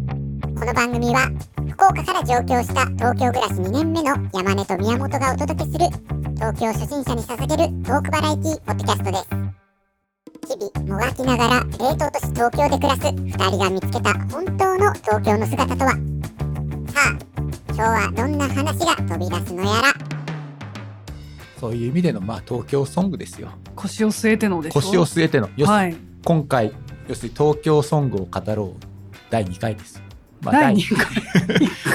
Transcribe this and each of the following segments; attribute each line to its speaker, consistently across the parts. Speaker 1: この番組は福岡から上京した東京暮らし2年目の山根と宮本がお届けする東京初心者に捧げるトークバラエティポッドキャストです日々もがきながら冷凍都市東京で暮らす2人が見つけた本当の東京の姿とはさあ今日はどんな話が飛び出すのやら
Speaker 2: そういう意味での、まあ、東京ソングですよ。
Speaker 3: 腰を据えてのでしょ
Speaker 2: 腰を据えての、よし、
Speaker 3: はい
Speaker 2: 今回、要するに東京ソングを語ろう第2回です。ま
Speaker 3: 第2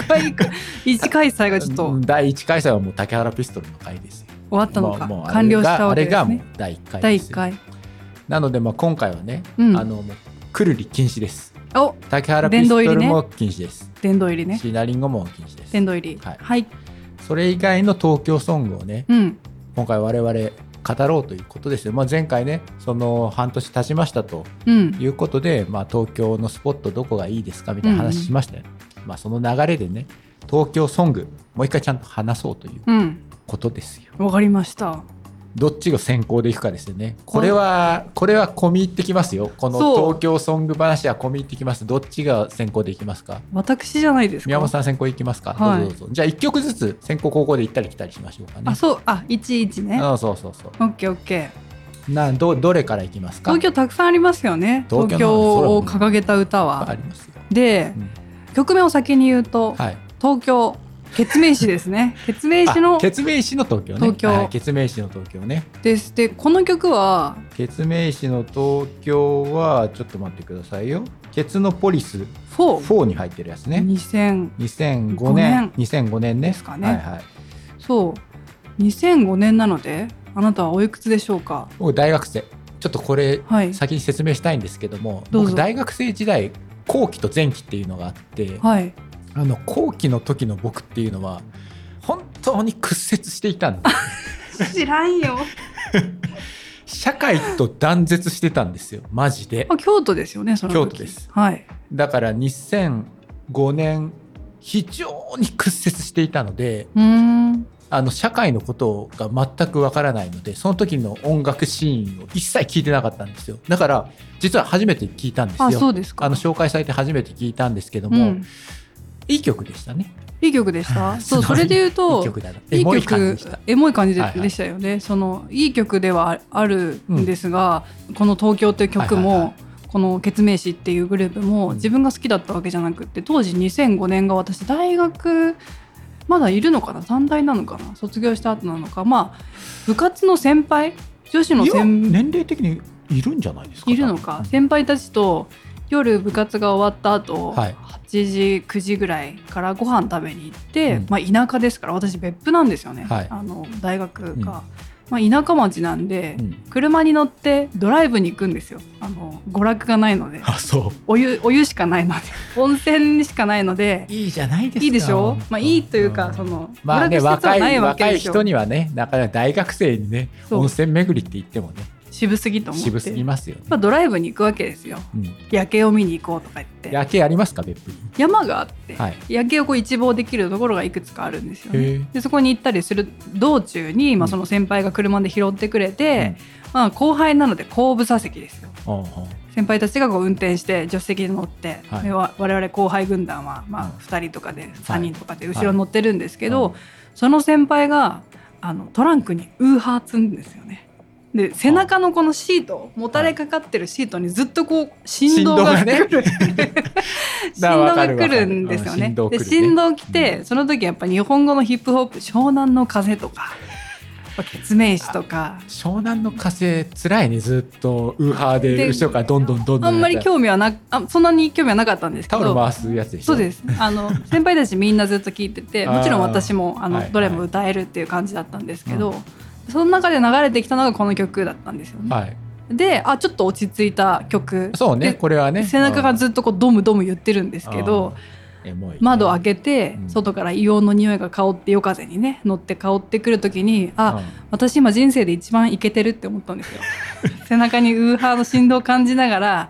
Speaker 3: 回1回一開催がちょっと
Speaker 2: う
Speaker 3: 終
Speaker 2: ん第1回戦はもう竹原ピストルの回ですよ。
Speaker 3: わったの
Speaker 2: も
Speaker 3: か
Speaker 2: うもうあれが
Speaker 3: 完了したわけで
Speaker 2: あ
Speaker 3: す
Speaker 2: れがも
Speaker 3: ね
Speaker 2: う第1回
Speaker 3: 第
Speaker 2: です
Speaker 3: 1
Speaker 2: よ。
Speaker 3: 回
Speaker 2: なので、まあ、今回はね、
Speaker 3: うん
Speaker 2: あのもうくるり禁止です。
Speaker 3: お
Speaker 2: 竹原ピスト
Speaker 3: 殿堂入
Speaker 2: ル
Speaker 3: りね
Speaker 2: も禁止です。
Speaker 3: 殿堂入りね
Speaker 2: シーナリンゴも禁止です。
Speaker 3: 殿堂入り
Speaker 2: はい
Speaker 3: はい
Speaker 2: それ以外の東京ソングをね、
Speaker 3: うん
Speaker 2: 今回我々語ろうということですよ。まあ、前回ね、その半年経ちましたと
Speaker 3: うん
Speaker 2: いうことで、まあ、東京のスポットどこがいいですかみたいな
Speaker 3: うんう
Speaker 2: 話
Speaker 3: ん
Speaker 2: しましたよ、まあ、その流れでね東京ソングもう一回ちゃんと話そうという
Speaker 3: うん
Speaker 2: ことですよ
Speaker 3: わかりました
Speaker 2: どっちが先行でいくかですよねこれはこれは込み入ってきますよこの
Speaker 3: そう
Speaker 2: 東京ソング話は込み入ってきますどっちが先行でいきますか
Speaker 3: 私じゃないですか
Speaker 2: 宮本さん先行いきますか、
Speaker 3: はい
Speaker 2: どうぞどうぞじゃあ1曲ずつ先行後攻で行ったり来たりしましょうかね
Speaker 3: あそうあ11ね
Speaker 2: あそうそうそう
Speaker 3: オッケーオッケー
Speaker 2: などどれからいきますか
Speaker 3: 東京たくさんありますよね
Speaker 2: 東京
Speaker 3: 東
Speaker 2: な
Speaker 3: 京
Speaker 2: の
Speaker 3: を掲げた歌
Speaker 2: あ
Speaker 3: は
Speaker 2: りますよ、
Speaker 3: で
Speaker 2: うん
Speaker 3: 曲名を先に言うと
Speaker 2: はい
Speaker 3: 東京決名詞ですね決名詞
Speaker 2: あ
Speaker 3: の
Speaker 2: 決名詞の東京ね
Speaker 3: 東京
Speaker 2: はい、決名詞の東京ね
Speaker 3: ですでこの曲は
Speaker 2: ケ名詞の東京はちょっと待ってくださいよケツのポリス
Speaker 3: 4
Speaker 2: 4に入ってるやつね
Speaker 3: 2000
Speaker 2: 2005年
Speaker 3: 5
Speaker 2: 2005年ね
Speaker 3: ですかね
Speaker 2: はいはい
Speaker 3: そう2005年なのであなたはおいくつでしょうか
Speaker 2: 僕大学生ちょっとこれ
Speaker 3: はい
Speaker 2: 先に説明したいんですけども
Speaker 3: どうぞ
Speaker 2: 僕大学生時代後期と前期っていうのがあって
Speaker 3: はい
Speaker 2: あの後期の時の僕っていうのは本当に屈折していたんで
Speaker 3: 知らんよ
Speaker 2: 社会と断絶してたんですよマジで
Speaker 3: あ京都ですよねその時
Speaker 2: 京都です
Speaker 3: はい
Speaker 2: だから2005年非常に屈折していたので
Speaker 3: うーん
Speaker 2: あの社会のことが全くわからないのでその時の音楽シーンを一切聞いてなかったんですよだから実は初めて聞いたんですよ
Speaker 3: あそうですか
Speaker 2: あの紹介されて初めて聞いたんですけど
Speaker 3: う
Speaker 2: も、
Speaker 3: ん
Speaker 2: いい曲でしたね
Speaker 3: いい曲 でしたそう
Speaker 2: すご
Speaker 3: そ
Speaker 2: い
Speaker 3: れで言う
Speaker 2: い
Speaker 3: と
Speaker 2: い曲だない
Speaker 3: い
Speaker 2: エモい感じ
Speaker 3: 曲
Speaker 2: でした
Speaker 3: エモい感じで,、
Speaker 2: はいはい
Speaker 3: でしたよねそのいい曲ではああるんですが、この「東京」っていう曲も、
Speaker 2: はいはいは
Speaker 3: この「ケツメイシ」っていうグループも
Speaker 2: うん
Speaker 3: 自分が好きだったわけじゃなくって当時2005年が私大学まだいるのかな短大なのかな卒業した後なのかまあ部活の先輩女子の
Speaker 2: いや
Speaker 3: 先輩
Speaker 2: 年齢的にいるんじゃないですか
Speaker 3: いるのか先輩たちと夜部活が終わった後、
Speaker 2: はい
Speaker 3: 8時9時ぐらいからご飯食べに行って、
Speaker 2: うん
Speaker 3: まあ、田舎ですから私別府なんですよね、
Speaker 2: はい
Speaker 3: あの大学
Speaker 2: うん
Speaker 3: が、まあ、田舎町なんで、
Speaker 2: うん
Speaker 3: 車に乗ってドライブに行くんですよあの娯楽がないので
Speaker 2: あそう
Speaker 3: お湯お湯し かないので温泉しかないので
Speaker 2: いいじゃないですか
Speaker 3: いいでしょまあいいというか、
Speaker 2: ん
Speaker 3: その
Speaker 2: まあね、
Speaker 3: 娯楽施設
Speaker 2: 若
Speaker 3: はないいわけ
Speaker 2: 若
Speaker 3: で
Speaker 2: い
Speaker 3: すよ、
Speaker 2: 人にはね、なかなか大学生にね、
Speaker 3: そう
Speaker 2: 温泉巡りって言ってもね、
Speaker 3: 渋すぎと思って
Speaker 2: 渋すぎますよね。
Speaker 3: まあ、ドライブに行くわけですよ
Speaker 2: うん、
Speaker 3: 夜景を見に行こうとか言って
Speaker 2: 夜景ありますか、別府に。
Speaker 3: 山があって、
Speaker 2: はい。
Speaker 3: 夜景をこう一望できるところがいくつかあるんですよね。
Speaker 2: へ
Speaker 3: でそこに行ったりする道中に、ま
Speaker 2: う
Speaker 3: あ、
Speaker 2: ん
Speaker 3: その先輩が車で拾ってくれて、
Speaker 2: え。
Speaker 3: まあ、後輩なので後部座席ですよ
Speaker 2: うんうんうん
Speaker 3: 先輩たちがこう運転して助手席に乗って、
Speaker 2: はい
Speaker 3: でわ我々後輩軍団は、
Speaker 2: う
Speaker 3: まあ
Speaker 2: ん、
Speaker 3: 2人とかで3人とかで
Speaker 2: はい
Speaker 3: 後ろに乗ってるんですけど、
Speaker 2: うん
Speaker 3: その先輩があのトランクにウーハー積んでんですよね。で背中のこのシートもたれかかってるシートにずっとこう振動が
Speaker 2: 振動がね
Speaker 3: 来る 振動が来るんですよね。
Speaker 2: だからわかるわかるうん振動来
Speaker 3: で
Speaker 2: るね
Speaker 3: 振動来て、その時やっぱ日本語のヒップホップ「湘南の風」とか「決名詞」とか
Speaker 2: 湘南の風、つらいね、ずっとウーハーで
Speaker 3: で
Speaker 2: 後ろからどんどんどんどん。
Speaker 3: あんまり興味はなあそんなに興味はなかったんですけ
Speaker 2: タ
Speaker 3: ど
Speaker 2: オル回すやつでしょ。
Speaker 3: そ うです。あの先輩たちみんなずっと聞いてて、
Speaker 2: あー
Speaker 3: もちろん私もあの、
Speaker 2: はいはい
Speaker 3: どれも歌えるっていう感じだったんですけど、その中で流れてきたのがこの曲だったんですよね。
Speaker 2: はい。
Speaker 3: で、あちょっと落ち着いた曲。
Speaker 2: そうね、
Speaker 3: で
Speaker 2: これはね。
Speaker 3: 背中がずっとこうドムドム言ってるんで
Speaker 2: です
Speaker 3: けど、、
Speaker 2: エモい
Speaker 3: 窓開けて
Speaker 2: うん
Speaker 3: 外から硫黄の匂いが香って夜風にね乗って香ってくる時に、あ、
Speaker 2: う
Speaker 3: 私今人生で一番イケてるって思った んですよ。背中にウーハーの振動を感じながら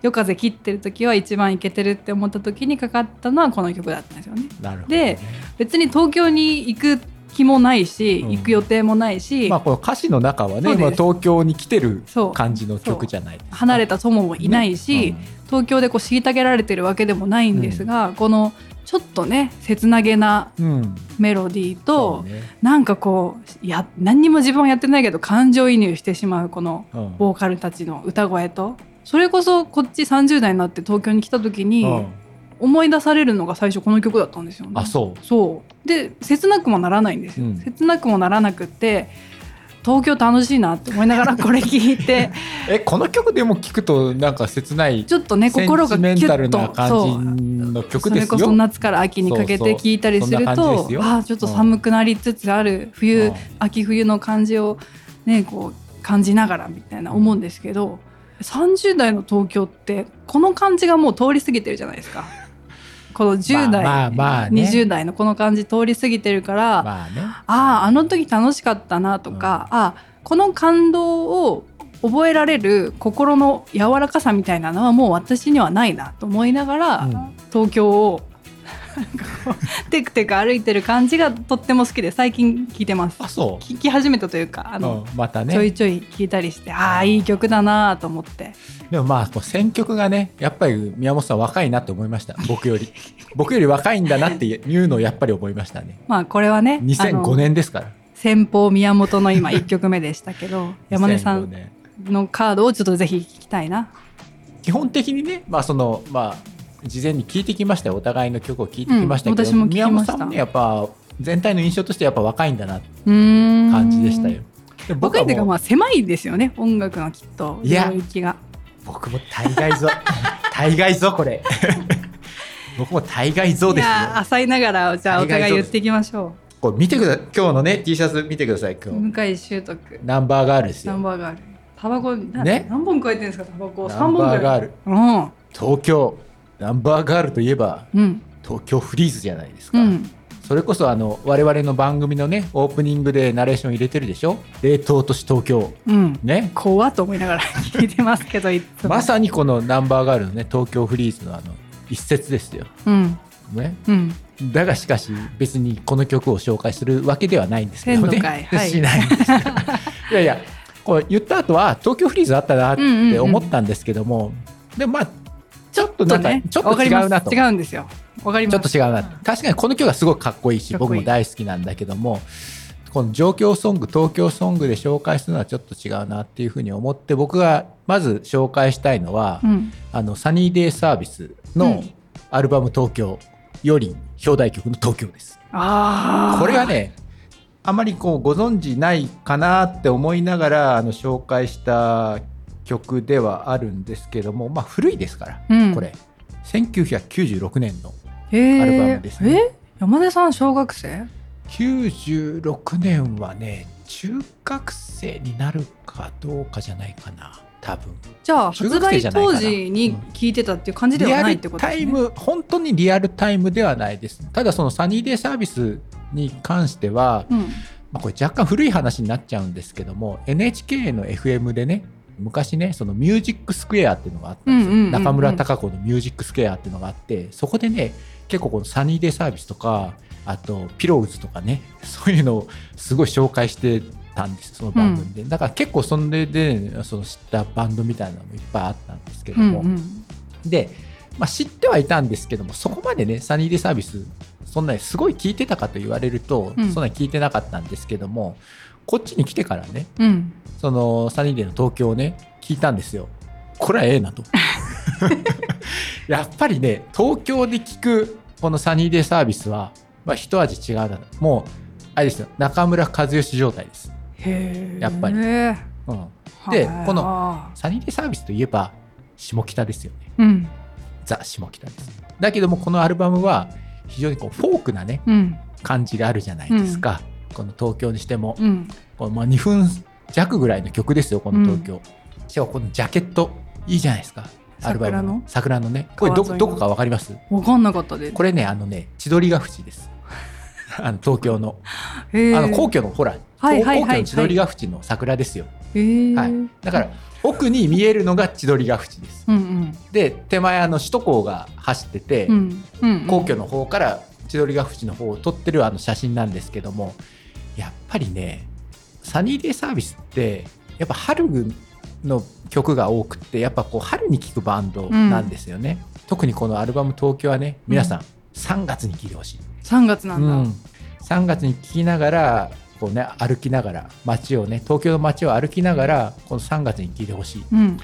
Speaker 3: 夜風切ってる時は一番イケてるって思った時にかかったのはこの曲だったんですよね。
Speaker 2: んなるほどね
Speaker 3: で別に東京に行く気もないし、
Speaker 2: うん
Speaker 3: 行く予定もないし、
Speaker 2: まあこの歌詞の中はね
Speaker 3: そうです
Speaker 2: 今東京に来てる
Speaker 3: そう
Speaker 2: 感じの曲じゃないですか
Speaker 3: 離れた友もいないし、東京でこう虐げられてるわけでもないんですが、このちょっとね切なげな
Speaker 2: うんうん
Speaker 3: メロディーと、
Speaker 2: そうね
Speaker 3: なんかこういや何にも自分はやってないけど感情移入してしまうこの
Speaker 2: うん
Speaker 3: ボーカルたちの歌声とそれこそこっち30代になって東京に来た時に
Speaker 2: うん
Speaker 3: 思い出されるのが最初この曲だったんですよね。
Speaker 2: あそう
Speaker 3: そうで切なくもならないんですよ、
Speaker 2: うん
Speaker 3: 切なくもならなくって東京楽しいなって思いながら これ聞いて
Speaker 2: えこの曲でも聞くとなんか切ない
Speaker 3: ちょっとね心が
Speaker 2: センチ
Speaker 3: キュ
Speaker 2: メンタル
Speaker 3: ッ
Speaker 2: な
Speaker 3: と
Speaker 2: 感じの曲
Speaker 3: そ
Speaker 2: で
Speaker 3: れ
Speaker 2: すよ
Speaker 3: こそ夏から秋にかけ
Speaker 2: そう
Speaker 3: て
Speaker 2: そう
Speaker 3: 聞いたりする
Speaker 2: そんな感じ
Speaker 3: と
Speaker 2: ですよ
Speaker 3: ああちょっと寒くなりつつある冬、
Speaker 2: うん
Speaker 3: 秋冬の感じをねこう感じながらみたいな思うんですけど、30代の東京ってこの感じがもう通り過ぎてるじゃないで すか。この10代、
Speaker 2: まあまあまあね
Speaker 3: 20代のこの感じ通り過ぎてるから、
Speaker 2: まあね
Speaker 3: あああの時楽しかったなとか、ああこの感動を覚えられる心の柔らかさみたいなのはもう私にはないなと思いながら、
Speaker 2: うん
Speaker 3: 東京を なんかこうテクテク歩いてる感じがとっても好きで最近聴いてます
Speaker 2: あそう
Speaker 3: 聴き始めたというかあ
Speaker 2: うん
Speaker 3: の、
Speaker 2: また
Speaker 3: ちょい
Speaker 2: ね
Speaker 3: ちょい聴いたりしてああいい曲だなと思って
Speaker 2: でもまあこう選曲がねやっぱり宮本さん若いなって思いました僕より僕より若いんだなっていうのをやっぱり思いましたね
Speaker 3: まあこれはねあの
Speaker 2: 2005年ですから
Speaker 3: 先方宮本の今1 曲目でしたけど山根さ
Speaker 2: 2005
Speaker 3: ん
Speaker 2: 年
Speaker 3: のカードをちょっとぜひ聞きたいな。
Speaker 2: 基本的にね、まあそのまあ、事前に聞いてきましたよお互いの曲を聞いてきましたけど、
Speaker 3: うん私も聞きま
Speaker 2: 宮本
Speaker 3: した
Speaker 2: さんもねやっぱ全体の印象としてやっぱ若いんだなって
Speaker 3: 感
Speaker 2: 感じでしたよ。で僕
Speaker 3: 若い
Speaker 2: は
Speaker 3: っていうか
Speaker 2: も
Speaker 3: ま
Speaker 2: う
Speaker 3: あ狭いですよね音楽のきっと
Speaker 2: いや
Speaker 3: 領域が
Speaker 2: 僕も大概ぞ 大概ぞこれ 僕も大概ぞ
Speaker 3: い
Speaker 2: ですよ
Speaker 3: やー浅いながらじゃあお互い言っていきましょ
Speaker 2: これ見てくだ今日のね T シャツ見てくださいう今日
Speaker 3: 向井修徳
Speaker 2: ナンバーガールです
Speaker 3: ナ
Speaker 2: よ
Speaker 3: ンバーガールタバコな
Speaker 2: ね
Speaker 3: 何本加えてるんですかタバコ
Speaker 2: ナン
Speaker 3: 三本
Speaker 2: バー
Speaker 3: ぐら
Speaker 2: ガ
Speaker 3: い
Speaker 2: ール
Speaker 3: うん
Speaker 2: 東京ナンバーガールといえば
Speaker 3: うん
Speaker 2: 東京フリーズじゃないですか、
Speaker 3: うん
Speaker 2: それこそあの我々の番組のねオープニングでナレーション入れてるでしょ冷凍都市東京
Speaker 3: うん
Speaker 2: ね
Speaker 3: 怖っと思いながら聞いてますけどいつも
Speaker 2: まさにこのナンバーガールのね東京フリーズのあの一節ですよ、
Speaker 3: うん
Speaker 2: ね、
Speaker 3: うん
Speaker 2: だがしかし別にこの曲を紹介するわけではないんですけどね
Speaker 3: 鮮度会はい
Speaker 2: しないん ですけどいやいやこう言った後は東京フリーズあったなっ
Speaker 3: うんうんう
Speaker 2: て
Speaker 3: ん
Speaker 2: 思ったんですけども、でもまあちょっとなんか
Speaker 3: ね
Speaker 2: ちょっ
Speaker 3: わ
Speaker 2: と
Speaker 3: か
Speaker 2: 違
Speaker 3: ります
Speaker 2: うなと
Speaker 3: 違うんですよわかります
Speaker 2: ちょっと違うな確かにこの曲はすごくかっこいいし
Speaker 3: かっこいい
Speaker 2: 僕も大好きなんだけどもこの上京ソング東京ソングで紹介するのはちょっと違うなっていうふうに思って僕がまず紹介したいのは、
Speaker 3: うん
Speaker 2: あのサニーデイサービス
Speaker 3: う
Speaker 2: の
Speaker 3: ん
Speaker 2: アルバム「東京」より表題曲の「東京」です。
Speaker 3: ああ
Speaker 2: これはねあまりこうご存知ないかなって思いながらあの紹介した曲ではあるんですけども、まあ、古いですから、
Speaker 3: うん
Speaker 2: これ1996年の
Speaker 3: ア
Speaker 2: アルバムですね
Speaker 3: え山根さん小学生
Speaker 2: 96年はね中学生になるかどうかじゃないかな多分
Speaker 3: じゃあ
Speaker 2: 中
Speaker 3: 発
Speaker 2: 学生
Speaker 3: 売
Speaker 2: じゃないか
Speaker 3: 当
Speaker 2: な
Speaker 3: 時に聞いてたっていう感じで
Speaker 2: リ
Speaker 3: は
Speaker 2: ア
Speaker 3: ないっ
Speaker 2: ル
Speaker 3: てこと
Speaker 2: タ
Speaker 3: です
Speaker 2: イ
Speaker 3: ね。
Speaker 2: ム本当にリアルタイムではないですただそのサニーデイサービスに関しては、
Speaker 3: うん
Speaker 2: まあ、これ若干古い話になっちゃうんですけども NHK の FM でね昔ねそのミュージックスクエアっていうのがあったんですよ、
Speaker 3: うんうんうんうん
Speaker 2: 中村孝子のミュージックスクエアっていうのがあってそこでね結構このサニーデイサービスとかあとピローズとかねそういうのをすごい紹介してたんですその番組で、だから結構それで、その知ったバンドみたいなのもいっぱいあったんですけど
Speaker 3: うん
Speaker 2: も、
Speaker 3: うん
Speaker 2: で、まあ、知ってはいたんですけどもそこまでねサニーデイサービスそんなにすごい聞いてたかと言われると、
Speaker 3: うん
Speaker 2: そんなに聞いてなかったんですけどもこっちに来てからね
Speaker 3: うん
Speaker 2: そのサニーデイの東京をね聞いたんですよこれはええな と やっぱりね東京で聞くこのサニーデイサービスは、まあ、一味違うなもうあれですよ中村和義状態です、
Speaker 3: へー
Speaker 2: やっぱり
Speaker 3: へ
Speaker 2: うん、
Speaker 3: ー
Speaker 2: で
Speaker 3: はい
Speaker 2: この
Speaker 3: あ
Speaker 2: サニーデイサービスといえば下北ですよね
Speaker 3: ーうん
Speaker 2: ザ・下北です。だけどもこのアルバムは非常にこうフォークなね
Speaker 3: うん
Speaker 2: 感じがあるじゃないですか、この東京にしても、
Speaker 3: うん
Speaker 2: このまあ2分弱ぐらいの曲ですよこの東京、しかもこのジャケットいいじゃないですかアルバムの桜のねこれど
Speaker 3: 川沿いの
Speaker 2: どこか分かります
Speaker 3: わかんなかったです。
Speaker 2: これねあのね千鳥ヶ淵です あの東京の
Speaker 3: へー
Speaker 2: あの皇居のほら、
Speaker 3: はいはいはいは
Speaker 2: 皇居
Speaker 3: い
Speaker 2: の千鳥ヶ淵の桜ですよ、
Speaker 3: へー
Speaker 2: はい
Speaker 3: うん
Speaker 2: だから奥に見えるのが千鳥ヶ淵です
Speaker 3: うん
Speaker 2: で手前あの首都高が走ってて、
Speaker 3: うんうん
Speaker 2: 皇居の方から千鳥ヶ淵の方を撮ってるあの写真なんですけどもぱりねサニーデイサービスってやっぱ春の曲が多くってやっぱこう春に聴くバンドなんですよね、特にこのアルバム「東京」はね皆さん3月に聴いてほしい、
Speaker 3: 3月な
Speaker 2: うん
Speaker 3: だ、
Speaker 2: ん、3月に聴きながらこう、ね、歩きながら街をね東京の街を歩きながらこの3月に聴いてほしい
Speaker 3: うん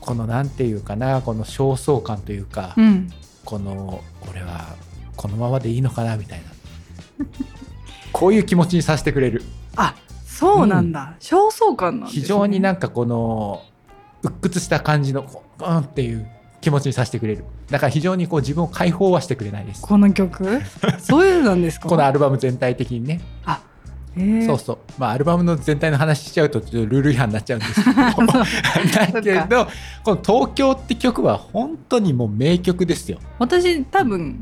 Speaker 2: このなんていうかなこの焦燥感というか、
Speaker 3: うん、
Speaker 2: この俺はこのままでいいのかなみ たいなこういう気持ちにさせてくれる
Speaker 3: あそうなんだ、焦燥感なんです、ね、
Speaker 2: 非常になんんかこの鬱屈した感じのこううんっていう気持ちにさせてくれるだから非常にこう自分を解放はしてくれないですこ
Speaker 3: この曲 そういうのなんですか
Speaker 2: のアルバム全体的にね、
Speaker 3: あえー、
Speaker 2: そうそうまあアルバムの全体の話しちゃうとちょっとルール違反になっちゃうんですけ どだけどこの「東京」って曲は本当にもう名曲ですよ。
Speaker 3: 私多分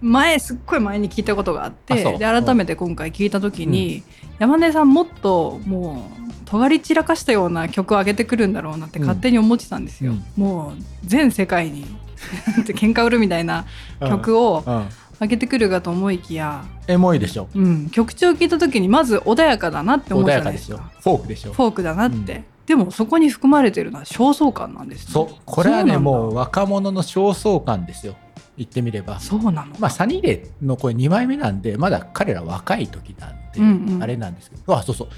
Speaker 3: 前すっごい前に聞いたことがあって
Speaker 2: あそう
Speaker 3: で改めて今回聞いた時に、山根さんもっともう尖り散らかしたような曲を上げてくるんだろうなって勝手に思ってたんですよ、
Speaker 2: うん
Speaker 3: もう全世界に なんて喧嘩売るみたいな曲を
Speaker 2: うん、うん
Speaker 3: 上げてくるかと思いきや、
Speaker 2: エモいでしょ
Speaker 3: うん、曲調聞いた時にまず穏やかだなって思う
Speaker 2: 穏
Speaker 3: じゃ
Speaker 2: や
Speaker 3: な
Speaker 2: か
Speaker 3: い
Speaker 2: で
Speaker 3: です
Speaker 2: し
Speaker 3: か
Speaker 2: ょフォークでしょ
Speaker 3: フォークだなって、
Speaker 2: うん
Speaker 3: でもそこに含まれてるのは焦燥感なんですね
Speaker 2: そうこれはねもう
Speaker 3: う
Speaker 2: 若者の焦燥感ですよ言ってみれば
Speaker 3: そうなの
Speaker 2: まあサニーレのこれ2枚目なんでまだ彼ら若い時なんで、
Speaker 3: うんうん
Speaker 2: あれなんですけどあそうそう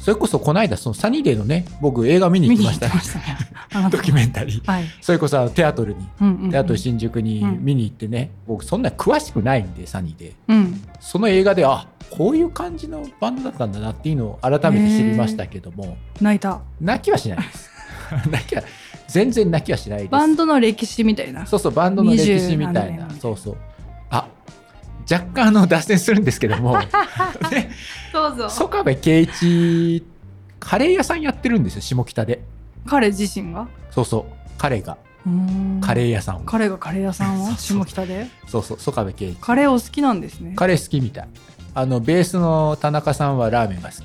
Speaker 2: それこそこの間そのサニーレのね僕映画見に行
Speaker 3: 見
Speaker 2: き
Speaker 3: に
Speaker 2: ま
Speaker 3: 行っ
Speaker 2: してた
Speaker 3: ましたねあなた
Speaker 2: ドキュメンタリー
Speaker 3: はい
Speaker 2: それこそあのテアトルに
Speaker 3: うんうんうん
Speaker 2: テアトル新宿に
Speaker 3: うん
Speaker 2: 見に行ってね、僕そんな詳しくないんでサニーで
Speaker 3: うん
Speaker 2: その映画であこういう感じのバンドだったんだなっていうのを改めて知りましたけども
Speaker 3: 泣いた
Speaker 2: 泣きはしないです泣きは全然泣きはしないです
Speaker 3: バンドの歴史みたいな
Speaker 2: そうそうバンドの歴史みたい
Speaker 3: 27
Speaker 2: な
Speaker 3: 年
Speaker 2: そうそうあ若干あの脱線するんですけど もね
Speaker 3: どうぞ
Speaker 2: 曽我部圭一カレー屋さんやってるんですよ下北で
Speaker 3: 彼自身が
Speaker 2: そうそう彼がカレ
Speaker 3: ー
Speaker 2: ー屋さんを
Speaker 3: 彼がカレー屋さん
Speaker 2: そうそ
Speaker 3: を
Speaker 2: う
Speaker 3: 下北で
Speaker 2: そうそう曽我部圭一
Speaker 3: カレーお好きなんですね
Speaker 2: カレー好きみたいあのベースの田中さんはラーメンが好きみ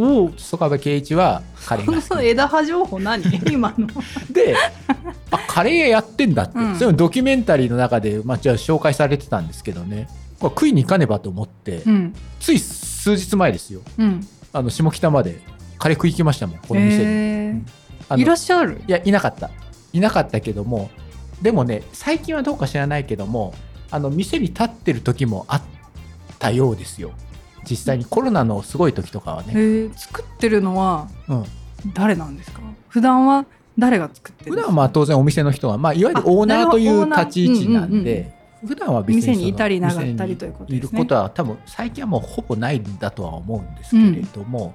Speaker 2: たい
Speaker 3: おお
Speaker 2: な曽我部圭一はカレー
Speaker 3: こ
Speaker 2: が好
Speaker 3: の枝葉情報 何今の
Speaker 2: きであカレー屋やってんだって、
Speaker 3: うん
Speaker 2: それもドキュメンタリーの中で、まあ、じゃあ紹介されてたんですけどねこれ食いに行かねばと思って、
Speaker 3: うん
Speaker 2: つい数日前ですよ
Speaker 3: うん
Speaker 2: あの下北までカレー食い行きましたもんこの店に、
Speaker 3: え
Speaker 2: うんあ
Speaker 3: ー
Speaker 2: の
Speaker 3: いらっしゃる
Speaker 2: いやいなかったいなかったけどもでもね最近はどうか知らないけどもあの店に立ってる時もあったようですよ実際にコロナのすごい時とかは
Speaker 3: え
Speaker 2: ね、
Speaker 3: ー作ってるのは
Speaker 2: うん、
Speaker 3: 誰なんですか普段は誰が作ってるん
Speaker 2: 普
Speaker 3: ですか
Speaker 2: 段はまあ当然お店の人が、まあ、いわゆるオーナーという立ち位置なんで、普段は別にその
Speaker 3: 店にいたりなかったりということ
Speaker 2: い
Speaker 3: で
Speaker 2: る
Speaker 3: す
Speaker 2: こ
Speaker 3: ね
Speaker 2: とは多分最近はもうほぼないんだとは思うんですけれども、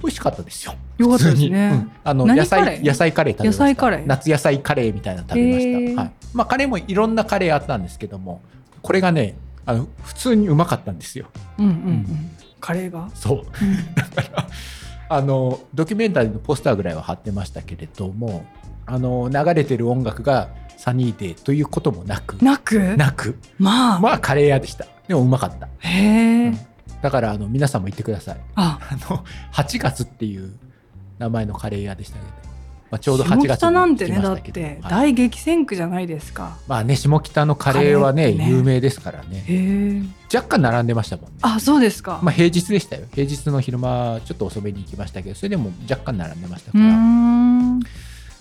Speaker 2: 美味しかったですよ。
Speaker 3: よかったで
Speaker 2: 普通
Speaker 3: すね
Speaker 2: にうんあの
Speaker 3: 何
Speaker 2: 野
Speaker 3: カレ
Speaker 2: 菜
Speaker 3: ー
Speaker 2: 野菜カレー食べました。
Speaker 3: 野菜カレー
Speaker 2: 夏野菜カレーみたいなの食べました。
Speaker 3: へー
Speaker 2: はい。まあカレーもいろんなカレーあったんですけども、これがね、あの普通にうまかったんですよ。
Speaker 3: うんうんうんカレーが
Speaker 2: そう。あのドキュメンタリーのポスターぐらいは貼ってましたけれども、あの流れてる音楽がサニーデイということもなく、
Speaker 3: なく
Speaker 2: なく、
Speaker 3: まあ
Speaker 2: まあカレー屋でした。でもうまかった。う
Speaker 3: へえ
Speaker 2: んだからあの皆さんも行ってください。
Speaker 3: あ
Speaker 2: あの8月っていう名前のカレー屋でしたけど、まあ、ちょうど8月に
Speaker 3: 下北なんてね
Speaker 2: 行き
Speaker 3: だ
Speaker 2: ま
Speaker 3: っ
Speaker 2: したけど
Speaker 3: て
Speaker 2: はい
Speaker 3: 大激戦区じゃないですか
Speaker 2: まあね下北のカレーはね
Speaker 3: カレーね
Speaker 2: 有名ですからね
Speaker 3: へえ
Speaker 2: 若干並んでましたもんね
Speaker 3: あそうですか、
Speaker 2: まあ平日でしたよ平日の昼間ちょっと遅めに行きましたけどそれでも若干並んでました
Speaker 3: う
Speaker 2: か
Speaker 3: ー
Speaker 2: ら、
Speaker 3: ん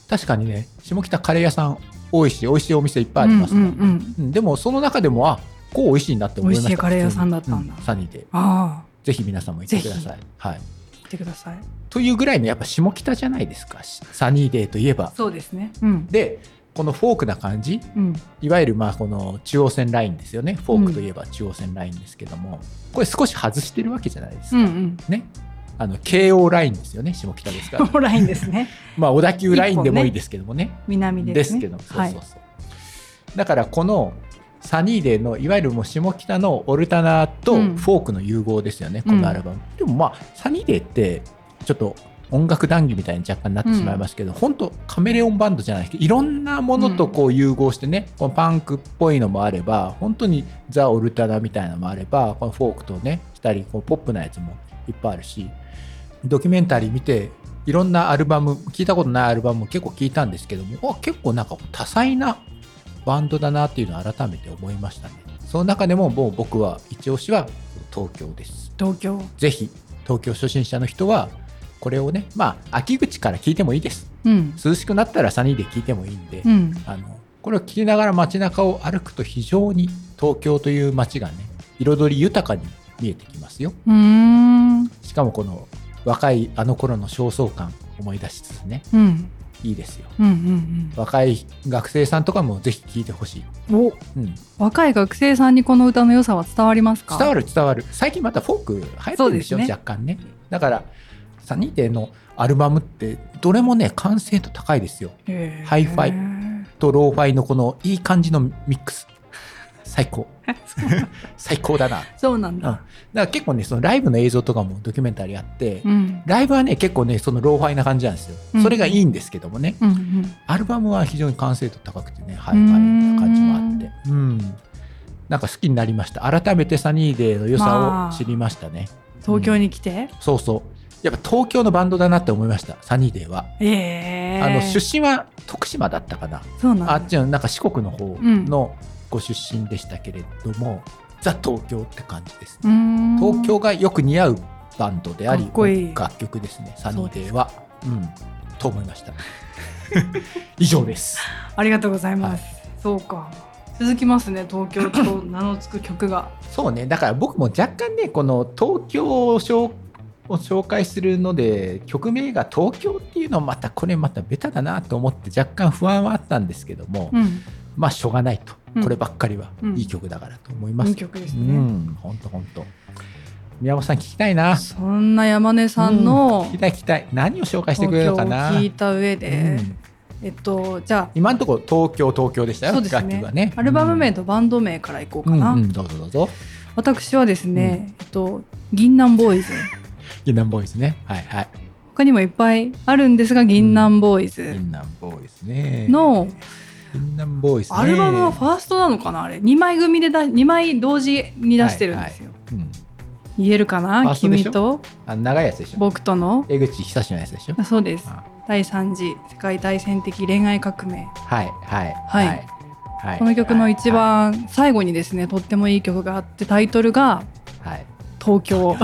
Speaker 2: 確かにね下北カレー屋さん多いし美味しいお店いっぱいあります
Speaker 3: う
Speaker 2: か
Speaker 3: ん
Speaker 2: ら
Speaker 3: うんうん
Speaker 2: うんでもその中でもあこう美味しいんだって思いました
Speaker 3: 美味しいカレー屋さんだったんだ
Speaker 2: 普通にうサニーで
Speaker 3: ああ
Speaker 2: ぜひ皆さんも行ってください、はい、
Speaker 3: 来てください
Speaker 2: というぐらいのやっぱ下北じゃないですかサニーデーといえば
Speaker 3: そうですねうん
Speaker 2: でこのフォークな感じ
Speaker 3: うん
Speaker 2: いわゆるまあこの中央線ラインですよねフォークといえば中央線ラインですけども、これ少し外してるわけじゃないです
Speaker 3: う
Speaker 2: か、
Speaker 3: ん
Speaker 2: ねあの京王ラインですよね下北ですか
Speaker 3: う
Speaker 2: ら
Speaker 3: んラインですね
Speaker 2: まあ小田急ラインでもいいですけどもね
Speaker 3: 南で
Speaker 2: です
Speaker 3: すね
Speaker 2: けどもそう
Speaker 3: は
Speaker 2: そう
Speaker 3: い
Speaker 2: そう、だからこのサニーデーのいわゆるもう下北のオルタナと
Speaker 3: うん
Speaker 2: フォークの融合ですよね、このアルバム、でもまあサニーデーってちょっと音楽談義みたいに若干なってしまいますけど、本当カメレオンバンドじゃないですけどいろんなものとこう融合してね、このパンクっぽいのもあれば本当にザ・オルタナみたいなのもあればこのフォークとねしたりこうポップなやつもいっぱいあるしドキュメンタリー見ていろんなアルバム聞いたことないアルバムも結構聞いたんですけどもあ結構なんか多彩なバンドだなっていうのを改めて思いましたねその中でももう僕は一押しは東京です
Speaker 3: 東京
Speaker 2: ぜひ東京初心者の人はこれをねまあ秋口から聞いてもいいです
Speaker 3: うん
Speaker 2: 涼しくなったらサニーで聞いてもいいんで、
Speaker 3: うん
Speaker 2: あのこれを聞きながら街中を歩くと非常に東京という街がね彩り豊かに見えてきますよ
Speaker 3: うーん
Speaker 2: しかもこの若いあの頃の焦燥感思い出しつつね
Speaker 3: うん
Speaker 2: いいですよ
Speaker 3: うんうん
Speaker 2: 若い学生さんとかもぜひ聞いてほしい、
Speaker 3: うんお
Speaker 2: うん、
Speaker 3: 若い学生さんにこの歌の良さは伝わりますか
Speaker 2: 伝わる伝わる最近またフォーク流行ってるでしょ
Speaker 3: そうですね
Speaker 2: 若干ねだからサニーデーのアルバムってどれもね完成度高いですよ
Speaker 3: へー
Speaker 2: ハイファイとローファイのこのいい感じのミックス最 高最高だな
Speaker 3: そうなん
Speaker 2: うん
Speaker 3: だ
Speaker 2: だから結構ねそのライブの映像とかもドキュメンタリーあって、
Speaker 3: うん
Speaker 2: ライブはね結構ねそのローファイな感じなんですよ、
Speaker 3: うん
Speaker 2: それがいいんですけどもね
Speaker 3: うんうん
Speaker 2: アルバムは非常に完成度高くてねハイファイな感じもあってうんなんか好きになりました改めてサニーデーの良さ
Speaker 3: まあ
Speaker 2: を知りましたね、
Speaker 3: 東京に来て
Speaker 2: そうそうやっぱ東京のバンドだなって思いましたサニーデーは、
Speaker 3: ええ
Speaker 2: あの出身は徳島だったかな
Speaker 3: そうなんだ
Speaker 2: あっちのなんか四国の方のご出身でしたけれども、ザ東京って感じですね
Speaker 3: うーん
Speaker 2: 東京がよく似合うバンドであり
Speaker 3: かっこいい
Speaker 2: 楽曲ですねサニーデーはうんと思いました 以上です
Speaker 3: ありがとうございます、そうか続きますね東京と名の付く曲が
Speaker 2: そうねだから僕も若干ねこの東京を紹を紹介するので曲名が東京っていうのはまたこれまたベタだなと思って若干不安はあったんですけども、
Speaker 3: うん
Speaker 2: まあしょうがないと
Speaker 3: うん
Speaker 2: こればっかりは
Speaker 3: うん
Speaker 2: いい曲だからと思います、
Speaker 3: い
Speaker 2: うん
Speaker 3: い曲ですね、
Speaker 2: 本当本当宮本さん聞きたいな
Speaker 3: そんな山根さん
Speaker 2: うん
Speaker 3: の
Speaker 2: 聞きたい聞きたい何を紹介して
Speaker 3: 東
Speaker 2: くれるの
Speaker 3: 京を
Speaker 2: かな
Speaker 3: 聞いた上で
Speaker 2: う、ん
Speaker 3: えっとじゃ
Speaker 2: 今のところ東京東京でした
Speaker 3: あ
Speaker 2: よ、
Speaker 3: そうです
Speaker 2: 楽
Speaker 3: ね
Speaker 2: 曲はね
Speaker 3: アルバム名
Speaker 2: と
Speaker 3: とバンド名からいこう
Speaker 2: う
Speaker 3: か
Speaker 2: ん、
Speaker 3: な、
Speaker 2: うんうんどうぞどうぞ
Speaker 3: 私はですね、えっと銀杏ボーイズ
Speaker 2: 銀杏ボーイズねはいはい
Speaker 3: 他にもいっぱいあるんですが銀杏ボーイズ
Speaker 2: 銀杏ボーイズね
Speaker 3: の
Speaker 2: 銀杏ボーイズね
Speaker 3: アルバムはファーストなのかなあれ2枚組でだ二枚同時に出してるんですよ、
Speaker 2: うん、
Speaker 3: 言えるか
Speaker 2: ファ
Speaker 3: な
Speaker 2: ーストでし
Speaker 3: 君
Speaker 2: ょ
Speaker 3: と
Speaker 2: あ長いやつでしょ
Speaker 3: 僕との
Speaker 2: 江口久志のやつでしょ
Speaker 3: あそうです
Speaker 2: あ
Speaker 3: 第3次世界大戦的恋愛革命
Speaker 2: はいはい
Speaker 3: はい
Speaker 2: はい
Speaker 3: この曲の一番最後にですねとってもいい曲があってタイトルが
Speaker 2: はい、はい
Speaker 3: 「東京」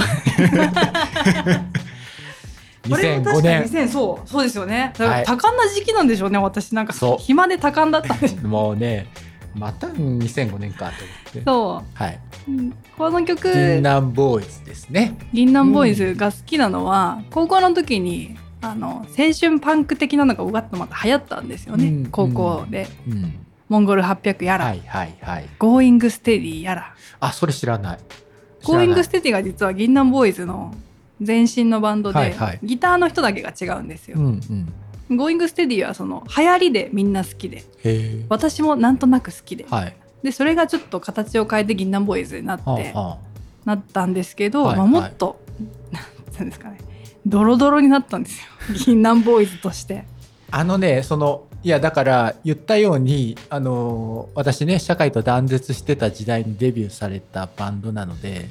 Speaker 3: これ
Speaker 2: 2005
Speaker 3: も確かに
Speaker 2: 年
Speaker 3: 2000そうそうですよねだか
Speaker 2: はい
Speaker 3: ら多感な時期なんでしょうね私なんか
Speaker 2: そう
Speaker 3: 暇で多感だったんでしょ
Speaker 2: もうねまた2005年かと思って
Speaker 3: そ
Speaker 2: はいう
Speaker 3: うんこの曲
Speaker 2: 銀杏ボーイズですね
Speaker 3: 銀杏ボーイズが好きなのは、高校の時にあの青春パンク的なのがうわっとまた流行ったんですよ
Speaker 2: う
Speaker 3: ね、
Speaker 2: ん
Speaker 3: 高校で、
Speaker 2: うん
Speaker 3: モンゴル800やら、
Speaker 2: はいはいはい
Speaker 3: ゴーイングステディやら
Speaker 2: あそれ知らない
Speaker 3: ゴーイングス
Speaker 2: 知
Speaker 3: テディが実は銀杏ボーイズの前身のバンドで、
Speaker 2: はいはい
Speaker 3: ギターの人だけが違うんです
Speaker 2: らな
Speaker 3: よ
Speaker 2: い、うんうん
Speaker 3: ゴーイングステディはその流行りでみんな好きで
Speaker 2: へえ
Speaker 3: 私もなんとなく好きで
Speaker 2: はい
Speaker 3: でそれがちょっと形を変えて銀杏ボーイズになって、
Speaker 2: はあは
Speaker 3: なったんですけど、
Speaker 2: はい
Speaker 3: まあ、もっと、なんていうんですかねドロドロになったんですよ 銀杏ボーイズとして。
Speaker 2: ああのねそのいやだから言ったようにあのー私ね社会と断絶してた時代にデビューされたバンドなので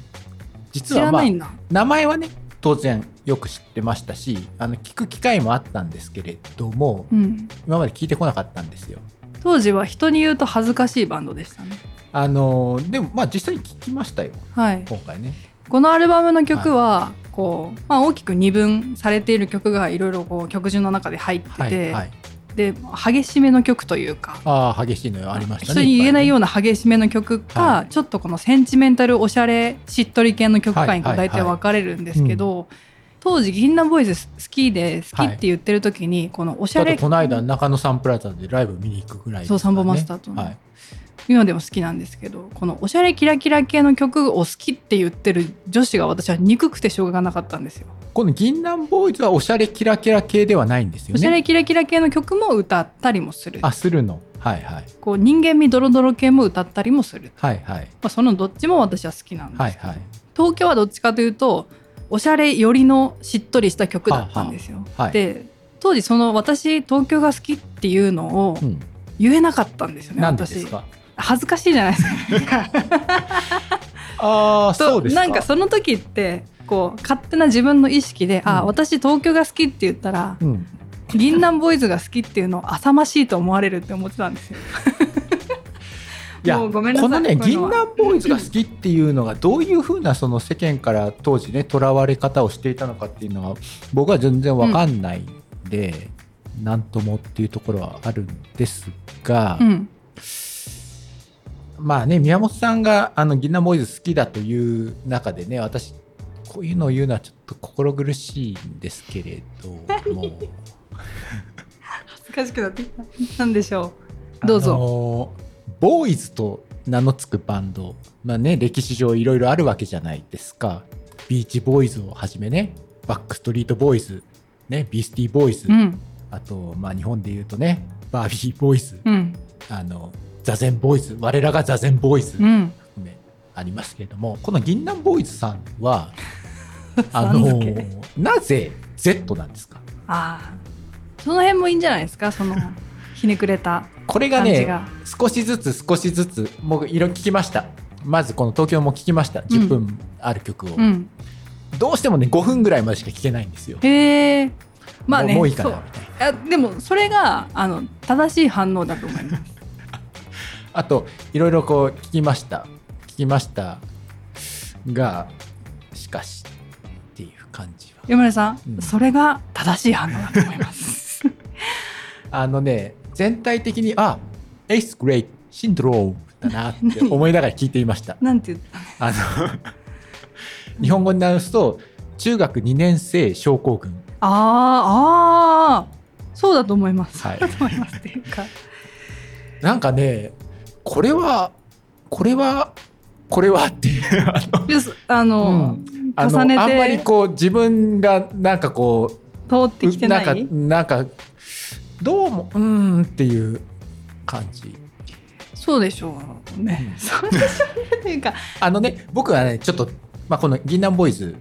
Speaker 3: 知
Speaker 2: 実はま
Speaker 3: ら
Speaker 2: あ
Speaker 3: ないんだ。
Speaker 2: 名前はね当然よく知ってましたしあの聞く機会もあったんですけれども
Speaker 3: うん、
Speaker 2: 今まで聞いてこなかったんですよ。
Speaker 3: 当時は人に言うと恥ずかしいバンドでしたね。
Speaker 2: あのーでもまあ実際に聞きましたよ
Speaker 3: はい、
Speaker 2: 今回ね。
Speaker 3: このアルバムの曲は、こうまあ、大きく二分されている曲がいろいろこう曲順の中で入ってて、
Speaker 2: はい、はい、
Speaker 3: で激しめの曲というか
Speaker 2: ああ激しいのよありましたね。
Speaker 3: 人に言えないよ
Speaker 2: う
Speaker 3: うな激しめの曲か、
Speaker 2: は
Speaker 3: ちょっとこのセンチメンタルおしゃれしっとり系の曲かにこ
Speaker 2: は
Speaker 3: う
Speaker 2: いはい
Speaker 3: 大体分かれるんですけど、当時銀杏ボーイズ好きで好きって言ってる時に、このおし
Speaker 2: だ
Speaker 3: ゃ
Speaker 2: って
Speaker 3: れ
Speaker 2: この間中野サンプラザでライブ見に行くぐらいです
Speaker 3: そうサンボマス
Speaker 2: ー
Speaker 3: ターとの、
Speaker 2: はい、
Speaker 3: 今でも好きなんですけどこのおしゃれキラキラ系の曲を好きって言ってる女子が私は憎くてしょうがなかったんですよ。
Speaker 2: この銀杏ボーイズはおしゃれキラキラ系ではないんですよね。
Speaker 3: おしゃれキラキラ系の曲も歌ったりもする
Speaker 2: あするのはいはい
Speaker 3: こう人間味ドロドロ系も歌ったりもする、
Speaker 2: はいはい
Speaker 3: まあ、そのどっちも私は好きなんですけど、
Speaker 2: はいはい
Speaker 3: 東京はどっちかというとおしゃれ寄りのしっとりした曲だったんですよ。
Speaker 2: はい。
Speaker 3: で当時その私東京が好きっていうのを
Speaker 2: うん、
Speaker 3: 言えなかったんですよね、
Speaker 2: なんで
Speaker 3: 私
Speaker 2: ですか
Speaker 3: 恥ずかしいじゃないですか。
Speaker 2: ああそうですか
Speaker 3: なんかその時ってこう勝手な自分の意識で、あ
Speaker 2: うん
Speaker 3: 私東京が好きって言ったら
Speaker 2: うん、
Speaker 3: 銀杏ボーイズが好きっていうのを浅ましいと思われるって思ってたんですよ。
Speaker 2: いや
Speaker 3: もうごめんなさ
Speaker 2: こ
Speaker 3: い
Speaker 2: のね
Speaker 3: こういう
Speaker 2: 銀
Speaker 3: のは
Speaker 2: 杏ボーイズが好きっていうのがどういうふうなその世間から当時ねとらわれ方をしていたのかっていうのは僕は全然わかんないんで、なんともっていうところはあるんですが、
Speaker 3: うん
Speaker 2: まあね宮本さんがあの銀杏ボーイズ好きだという中でね私こういうのを言うのはちょっと心苦しいんですけれども
Speaker 3: 恥ずかしくなってきたなんでしょう どうぞ、
Speaker 2: ぞボーイズと名の付くバンドまあね歴史上いろいろあるわけじゃないですかビーチボーイズをはじめねバックストリートボーイズねビースティーボーイズ、
Speaker 3: うん
Speaker 2: あとまあ日本で言うとねバービーボーイズ、
Speaker 3: うん
Speaker 2: あの座禅ボーイズ我らが座禅ボーイズ、
Speaker 3: うん
Speaker 2: ねありますけれどもこの銀杏ボーイズさん はあ
Speaker 3: さん付け
Speaker 2: のなぜ Z なんですか
Speaker 3: ああその辺もいいんじゃないですかそのひねくれた
Speaker 2: これが
Speaker 3: 感じ
Speaker 2: ね
Speaker 3: が
Speaker 2: 少しずつ少しずつ僕いろいろ聞きましたまずこの東京も聞きました10分ある曲を、
Speaker 3: うん
Speaker 2: どうしてもね5分ぐらいまでしか聞けないんですよ
Speaker 3: へえまあね
Speaker 2: もうもういいか
Speaker 3: そ
Speaker 2: な
Speaker 3: う
Speaker 2: みたいな
Speaker 3: あでもそれがあの正しい反応だと思います
Speaker 2: あといろいろこう聞きました聞きましたがしかしっていう感じは
Speaker 3: 山根さん、
Speaker 2: うん
Speaker 3: それが正しい反応だと思います
Speaker 2: あのね全体的にあエイスグレイシンドロームだなって思いながら聞いていました
Speaker 3: なんて言った
Speaker 2: あの日本語に直すと中学2年生症候群
Speaker 3: あーあーそうだと思います、
Speaker 2: はい
Speaker 3: そうだと思いますっていうか
Speaker 2: なんかねこれはこれはこれはっていうあの
Speaker 3: でそあの、
Speaker 2: あの
Speaker 3: 重ねて
Speaker 2: あんまりこう自分がなんかこ
Speaker 3: 通って
Speaker 2: う
Speaker 3: きてない
Speaker 2: んかなんかどうもうーんっていう感じ
Speaker 3: そうでしょうね、そうでしょうねっていうか
Speaker 2: あのね僕はねちょっと、まあ、この「銀杏ボーイズ」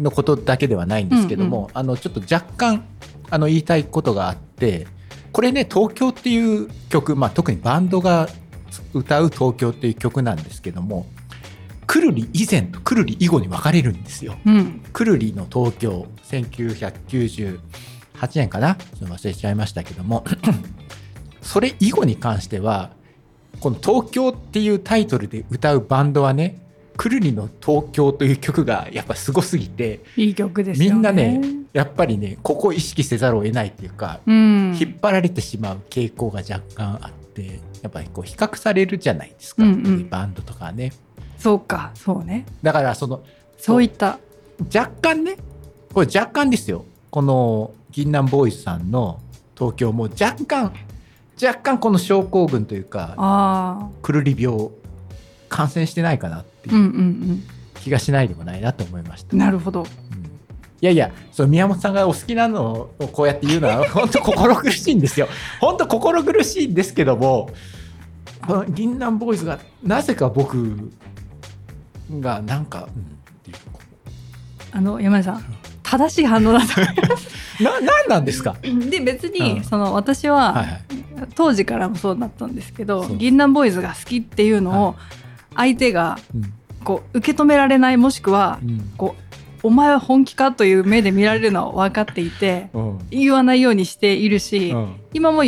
Speaker 2: のことだけではないんですけども、
Speaker 3: うん
Speaker 2: あのちょっと若干あの言いたいことがあってこれね「東京」っていう曲、まあ、特にバンドが歌う「東京」っていう曲なんですけどもくるり以前とくるり以後に分かれるんですよ。
Speaker 3: うん
Speaker 2: くるりの東京1998年かなちょっと忘れちゃいましたけども それ以後に関してはこの「東京」っていうタイトルで歌うバンドはね「くるりの東京」という曲がやっぱすごすぎて
Speaker 3: いい曲ですよね
Speaker 2: みんなねやっぱりねここを意識せざるを得ないっていうか
Speaker 3: うん
Speaker 2: 引っ張られてしまう傾向が若干あってやっぱりこう比較されるじゃないですか、
Speaker 3: うんうん
Speaker 2: バンドとかはね
Speaker 3: そうかそうね
Speaker 2: だからその
Speaker 3: そういった
Speaker 2: 若干ねこれ若干ですよこの銀杏ボーイズさんの東京も若干若干この症候群というか
Speaker 3: あ
Speaker 2: くるり病感染してないかなって
Speaker 3: あう
Speaker 2: いうん
Speaker 3: うん
Speaker 2: 気がしないでもないなと思いました、
Speaker 3: うんなるほど
Speaker 2: うんいやいやそう宮本さんがお好きなのをこうやって言うの は本当心苦しいんですよ本当心苦しいんですけどもこの銀杏ボーイズがなぜか僕がなんか、うん、っていう
Speaker 3: あの山根さん正しい反応だと思
Speaker 2: ななんなんですか、
Speaker 3: うで別
Speaker 2: うん
Speaker 3: にその私は、
Speaker 2: はいはい
Speaker 3: 当時からもそうだったんですけど
Speaker 2: そう
Speaker 3: 銀杏ボーイズが好きっていうのを相手が
Speaker 2: うん
Speaker 3: こう受け止められないもしくは
Speaker 2: う
Speaker 3: こうお前は本気かという目で見られるのは分かっていて
Speaker 2: ん
Speaker 3: 言わないようにしているし、
Speaker 2: うん、
Speaker 3: 今も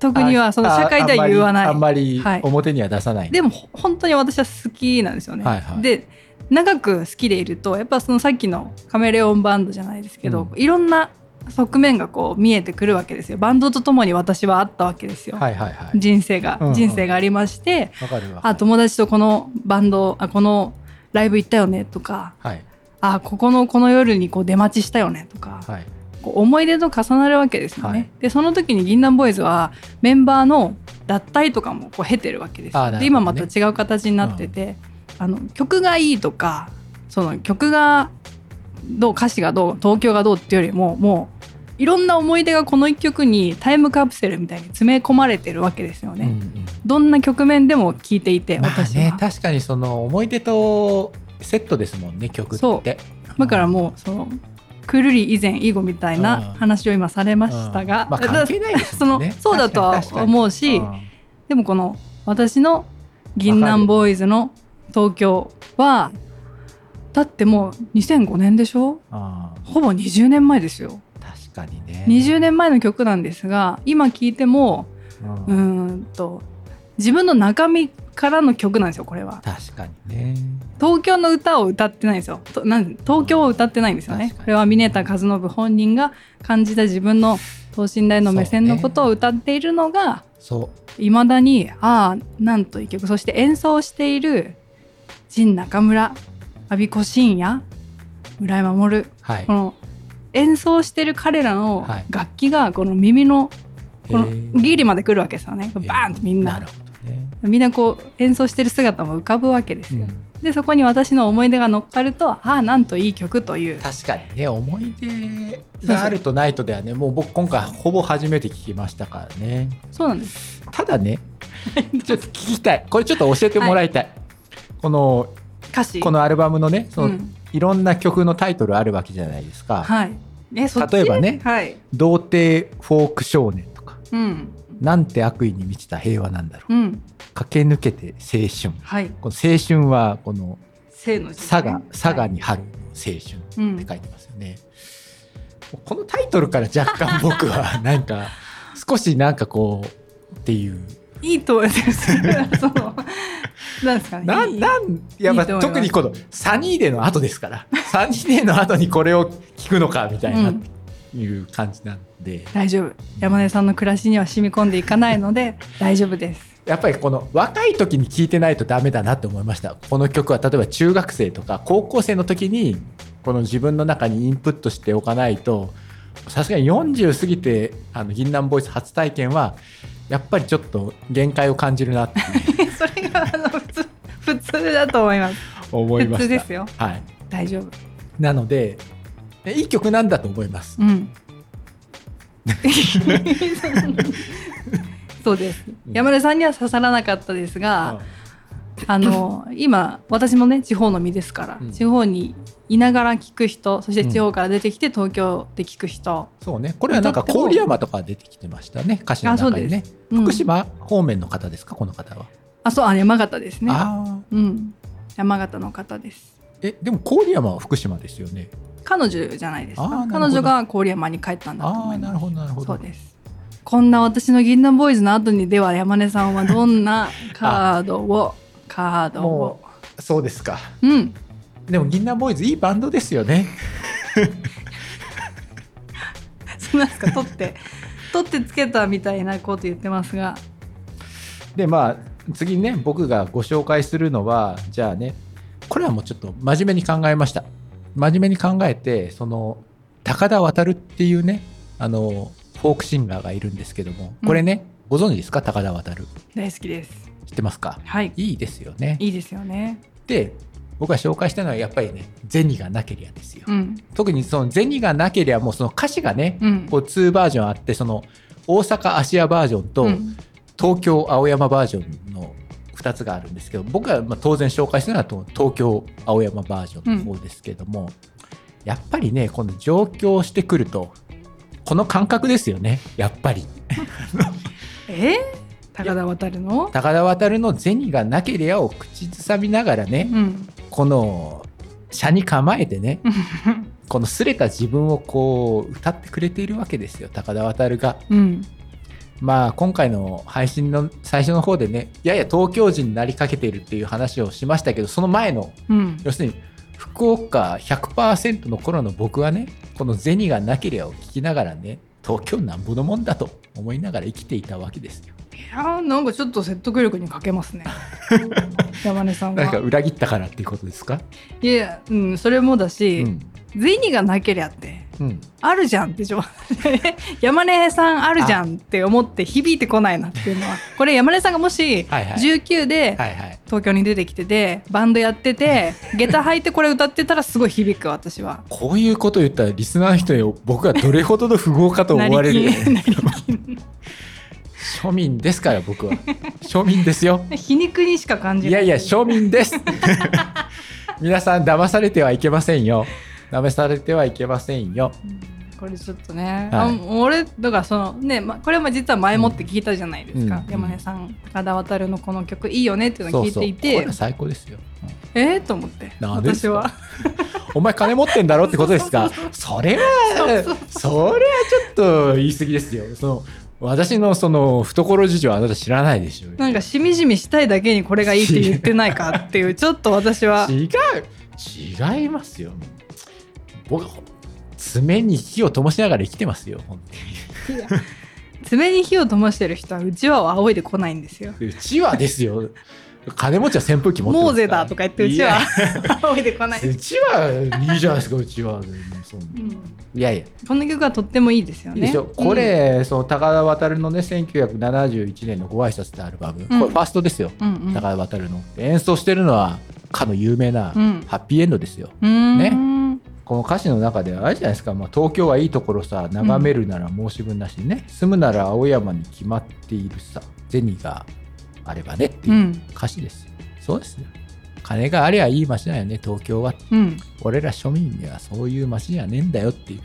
Speaker 3: 特にはその社会では言わない
Speaker 2: ああんまり
Speaker 3: はい
Speaker 2: 表には出さない、
Speaker 3: でもほ本当に私は好きなんですよね。
Speaker 2: はいはい
Speaker 3: で長く好きでいるとやっぱそのさっきのカメレオンバンドじゃないですけど、
Speaker 2: う
Speaker 3: いろんな側面がこう見えてくるわけですよバンドとともに私はあったわけですよ、
Speaker 2: はいはいはい
Speaker 3: 人生が、
Speaker 2: うんうん
Speaker 3: 人生がありまして
Speaker 2: わかるわ
Speaker 3: あ友達とこのバンドあこのライブ行ったよねとか
Speaker 2: はい
Speaker 3: あここのこの夜にこう出待ちしたよねとか、
Speaker 2: はい
Speaker 3: こう思い出と重なるわけですよね、
Speaker 2: はい
Speaker 3: でその時に銀杏ボーイズはメンバーの脱退とかもこう経てるわけです
Speaker 2: あーな
Speaker 3: よ
Speaker 2: るほどね
Speaker 3: で今また違う形になってて、あの曲がいいとかその曲がどう歌詞がどう東京がどうっていうよりももういろんな思い出がこの一曲にタイムカプセルみたいに詰め込まれてるわけですよ
Speaker 2: うんう
Speaker 3: ね、
Speaker 2: ん
Speaker 3: どんな局面でも聴いていて
Speaker 2: まあ
Speaker 3: 私は、
Speaker 2: ね確かにその思い出とセットですもんね曲って
Speaker 3: そうだからもうそのくるり以前以後みたいな話を今されましたが、
Speaker 2: うんまあ関係ないです
Speaker 3: そ
Speaker 2: もん
Speaker 3: の
Speaker 2: ね
Speaker 3: そうだとは
Speaker 2: 確かに確かに
Speaker 3: 思うし、
Speaker 2: うん
Speaker 3: でもこの私の銀杏ボーイズの東京はだってもう2005年でしょ
Speaker 2: あー
Speaker 3: ほぼ20年前ですよ
Speaker 2: 確かにね
Speaker 3: 20年前の曲なんですが今聴いても
Speaker 2: うん
Speaker 3: うーんと自分の中身からの曲なんですよこれは
Speaker 2: 確かにね
Speaker 3: 東京の歌を歌ってないんですよとなん東京を歌ってないんですよね
Speaker 2: 確かに
Speaker 3: これは峰田和伸本人が感じた自分の等身大の目線のことを歌っているのが
Speaker 2: そう
Speaker 3: いま、未だにああなんといい曲そして演奏している陣中村阿ビ子深也村井守
Speaker 2: はい
Speaker 3: この演奏してる彼らの
Speaker 2: はい
Speaker 3: 楽器がこの耳のこの
Speaker 2: へー
Speaker 3: ギリまで来るわけですよねバ
Speaker 2: ー
Speaker 3: ーンとみん
Speaker 2: な
Speaker 3: な
Speaker 2: るほどね、
Speaker 3: みんなこう演奏してる姿も浮かぶわけです
Speaker 2: う
Speaker 3: よ、
Speaker 2: ん
Speaker 3: でそこに私の思い出が乗っかるとああなんといい曲という
Speaker 2: 確かにね思い出があるとないとではねもう僕今回ほぼ初めて聞きましたからね
Speaker 3: そうなんです
Speaker 2: ただ ねちょっと聞きたいこれちょっと教えてもらいたい、この
Speaker 3: 歌詞
Speaker 2: このアルバムのねその、
Speaker 3: うん
Speaker 2: いろんな曲のタイトルあるわけじゃないですか「
Speaker 3: はいえそっち
Speaker 2: 例えばね
Speaker 3: はい
Speaker 2: 童貞フォーク少年」とか
Speaker 3: うん
Speaker 2: 「なんて悪意に満ちた平和なんだろう」
Speaker 3: うん
Speaker 2: 駆け抜けて青春」
Speaker 3: はい
Speaker 2: この青春はこの
Speaker 3: 生の字ですね
Speaker 2: 佐賀佐賀
Speaker 3: はい
Speaker 2: に春の青春
Speaker 3: う
Speaker 2: って
Speaker 3: ん
Speaker 2: 書いてますよね。このタイトルから若干僕はなんか少しなんかこうっていう
Speaker 3: いいと思います。そのなんですかね。
Speaker 2: なんなんやっぱ
Speaker 3: いいと思います
Speaker 2: 特にこのサニーデーの後ですからサニーデーの後にこれを聞くのかみたいな
Speaker 3: うん
Speaker 2: いう感じなんで
Speaker 3: 大丈夫。山根さんの暮らしには染み込んでいかないので大丈 夫です。
Speaker 2: やっぱりこの若い時に聞いてないとダメだなって思いましたこの曲は例えば中学生とか高校生の時にこの自分の中にインプットしておかないとさすがに40過ぎてあの銀杏ボイス初体験はやっぱりちょっと限界を感じるなって
Speaker 3: それがあの普通普通だと思います。
Speaker 2: 思いま
Speaker 3: 普
Speaker 2: し
Speaker 3: 通
Speaker 2: た
Speaker 3: ですよ。
Speaker 2: はい、
Speaker 3: 大丈夫。
Speaker 2: なのでえいい曲なんだと思います
Speaker 3: うん。そうです。
Speaker 2: うん
Speaker 3: 山根さんには刺さらなかったですが。あの今私もね地方の身ですから、
Speaker 2: うん
Speaker 3: 地方にいながら聞く人そして
Speaker 2: うん
Speaker 3: 地方から出てきて東京で聞く人、
Speaker 2: そうねこれはなんか
Speaker 3: とっても
Speaker 2: 郡山とか出てきてましたね歌詞の中にね
Speaker 3: うん
Speaker 2: 福島方面の方ですかこの方は、
Speaker 3: あそうあ山形ですね
Speaker 2: ああ
Speaker 3: うん、山形の方です。
Speaker 2: えでも郡山は福島ですよね
Speaker 3: 彼女じゃないです
Speaker 2: あーな
Speaker 3: か。
Speaker 2: るほど
Speaker 3: 彼女が郡山に帰ったんだと
Speaker 2: あ
Speaker 3: 思
Speaker 2: あ
Speaker 3: い
Speaker 2: ーな
Speaker 3: ま
Speaker 2: るほどなるほ
Speaker 3: す。
Speaker 2: ど
Speaker 3: そうです。こんな私の銀杏ボーイズの後にでは山根さんはどんなカードをカードを
Speaker 2: もうそうですか
Speaker 3: うん
Speaker 2: でも銀杏ボーイズいいバンドですよね
Speaker 3: そうなんですか取って 取ってつけたみたいなこと言ってますが
Speaker 2: でまあ次ね僕がご紹介するのはじゃあねこれはもうちょっと真面目に考えました真面目に考えてその高田渡るっていうねあのフォークシンガーがいるんですけどもこれね、ご存知ですか高田渡る
Speaker 3: 大好きです。
Speaker 2: 知ってますか
Speaker 3: はい
Speaker 2: いいですよね
Speaker 3: いいですよね。
Speaker 2: で僕が紹介したのはやっぱりね銭がなけりゃですよ、
Speaker 3: うん
Speaker 2: 特にその銭がなけりゃもうその歌詞がね、
Speaker 3: うん。
Speaker 2: こう2バージョンあってその大阪芦屋バージョンと
Speaker 3: うん
Speaker 2: 東京青山バージョンの2つがあるんですけど僕はまあ当然紹介するのはと東京青山バージョンの方ですけども、やっぱりねこの上京してくるとこの感覚ですよねやっぱり
Speaker 3: えー？高田渡るの？
Speaker 2: 高田渡の銭がなけりゃを口ずさみながら
Speaker 3: う
Speaker 2: ね
Speaker 3: ん。
Speaker 2: この車に構えてね
Speaker 3: う
Speaker 2: この擦れた自分をこう歌ってくれているわけですよ高田渡が。
Speaker 3: ん。
Speaker 2: まあ今回の配信の最初の方でねやや東京人になりかけているっていう話をしましたけどその前の
Speaker 3: うん。
Speaker 2: 要するに福岡100%の頃の僕はねこの銭がなけりゃを聞きながらね東京なんぼのもんだと思いながら生きていたわけですよ
Speaker 3: いやーなんかちょっと説得力に欠けます ね山根さんは
Speaker 2: なんか裏切ったからっていうことですか、
Speaker 3: いやいや、うん、それもだ
Speaker 2: う
Speaker 3: し、
Speaker 2: ん
Speaker 3: 銭がなけりゃって
Speaker 2: うん、
Speaker 3: あるじゃんって状態で山根さんあるじゃんって思って響いてこないなっていうのはこれ山根さんがもし
Speaker 2: はいはい
Speaker 3: 19で
Speaker 2: はいはい
Speaker 3: 東京に出てきててバンドやってて下駄履いてこれ歌ってたらすごい響く私は。
Speaker 2: こういうこと言ったらリスナーの人に僕はどれほどの富豪かと思われるよ
Speaker 3: なりきんなりきん
Speaker 2: 庶民ですから僕は庶民ですよ
Speaker 3: 皮肉にしか感じ
Speaker 2: い
Speaker 3: な
Speaker 2: や
Speaker 3: い
Speaker 2: いや、庶民 です。皆さん、騙されてはいけませんよ。騙されてはいけませんよ。
Speaker 3: これちょっとね、
Speaker 2: はい
Speaker 3: あ俺だからそのね、ま、これも実は前もって聞いたじゃないですか、
Speaker 2: うん
Speaker 3: 山根さん高田渡のこの曲いいよねっていうの
Speaker 2: そ
Speaker 3: を
Speaker 2: う
Speaker 3: 聞い
Speaker 2: そう。
Speaker 3: てい
Speaker 2: これ
Speaker 3: て
Speaker 2: は最高ですよ。うん
Speaker 3: えー、と思って
Speaker 2: なんでで
Speaker 3: 私
Speaker 2: すか
Speaker 3: は
Speaker 2: お前金持ってんだろ ってことですか。それは、それはちょっと言い過ぎですよ。その私のその懐事情はあなた知らないでしょ
Speaker 3: なんかしみじみしたいだけにこれがいいって言ってないかっ ていうちょっと私は
Speaker 2: 違う違いますよ僕爪に火を灯しながら生きてますよ本
Speaker 3: 爪に火を灯してる人はうちわを仰いでこないんですよ。
Speaker 2: 当にうちはです よ金持ちは扇風機持ってます
Speaker 3: モーゼだとか言ってうち
Speaker 2: い
Speaker 3: わ
Speaker 2: や
Speaker 3: 仰いでこない。
Speaker 2: うちはいいじゃないですかうちはそんな
Speaker 3: うん
Speaker 2: いやいや
Speaker 3: この曲はとってもいいですよ
Speaker 2: いい
Speaker 3: ね。
Speaker 2: でしょ、これ、その高田渡のね1971年の「ご挨拶ってアルバム、
Speaker 3: うん
Speaker 2: これファーストですよ
Speaker 3: うん、うんうん、
Speaker 2: 高田渡の、演奏してるのはかの有名な
Speaker 3: うん
Speaker 2: 「ハッピーエンド」ですよ、
Speaker 3: うーん
Speaker 2: ねこの歌詞の中ではあれじゃないですか、まあ、東京はいいところさ眺めるなら申し分なしね、住むなら青山に決まっているさ銭があればねって
Speaker 3: う
Speaker 2: いうん歌詞ですよ、そうですよ金がありゃいい街だよね東京は
Speaker 3: うん
Speaker 2: 俺ら庶民にはそういう街じゃねえんだよっていう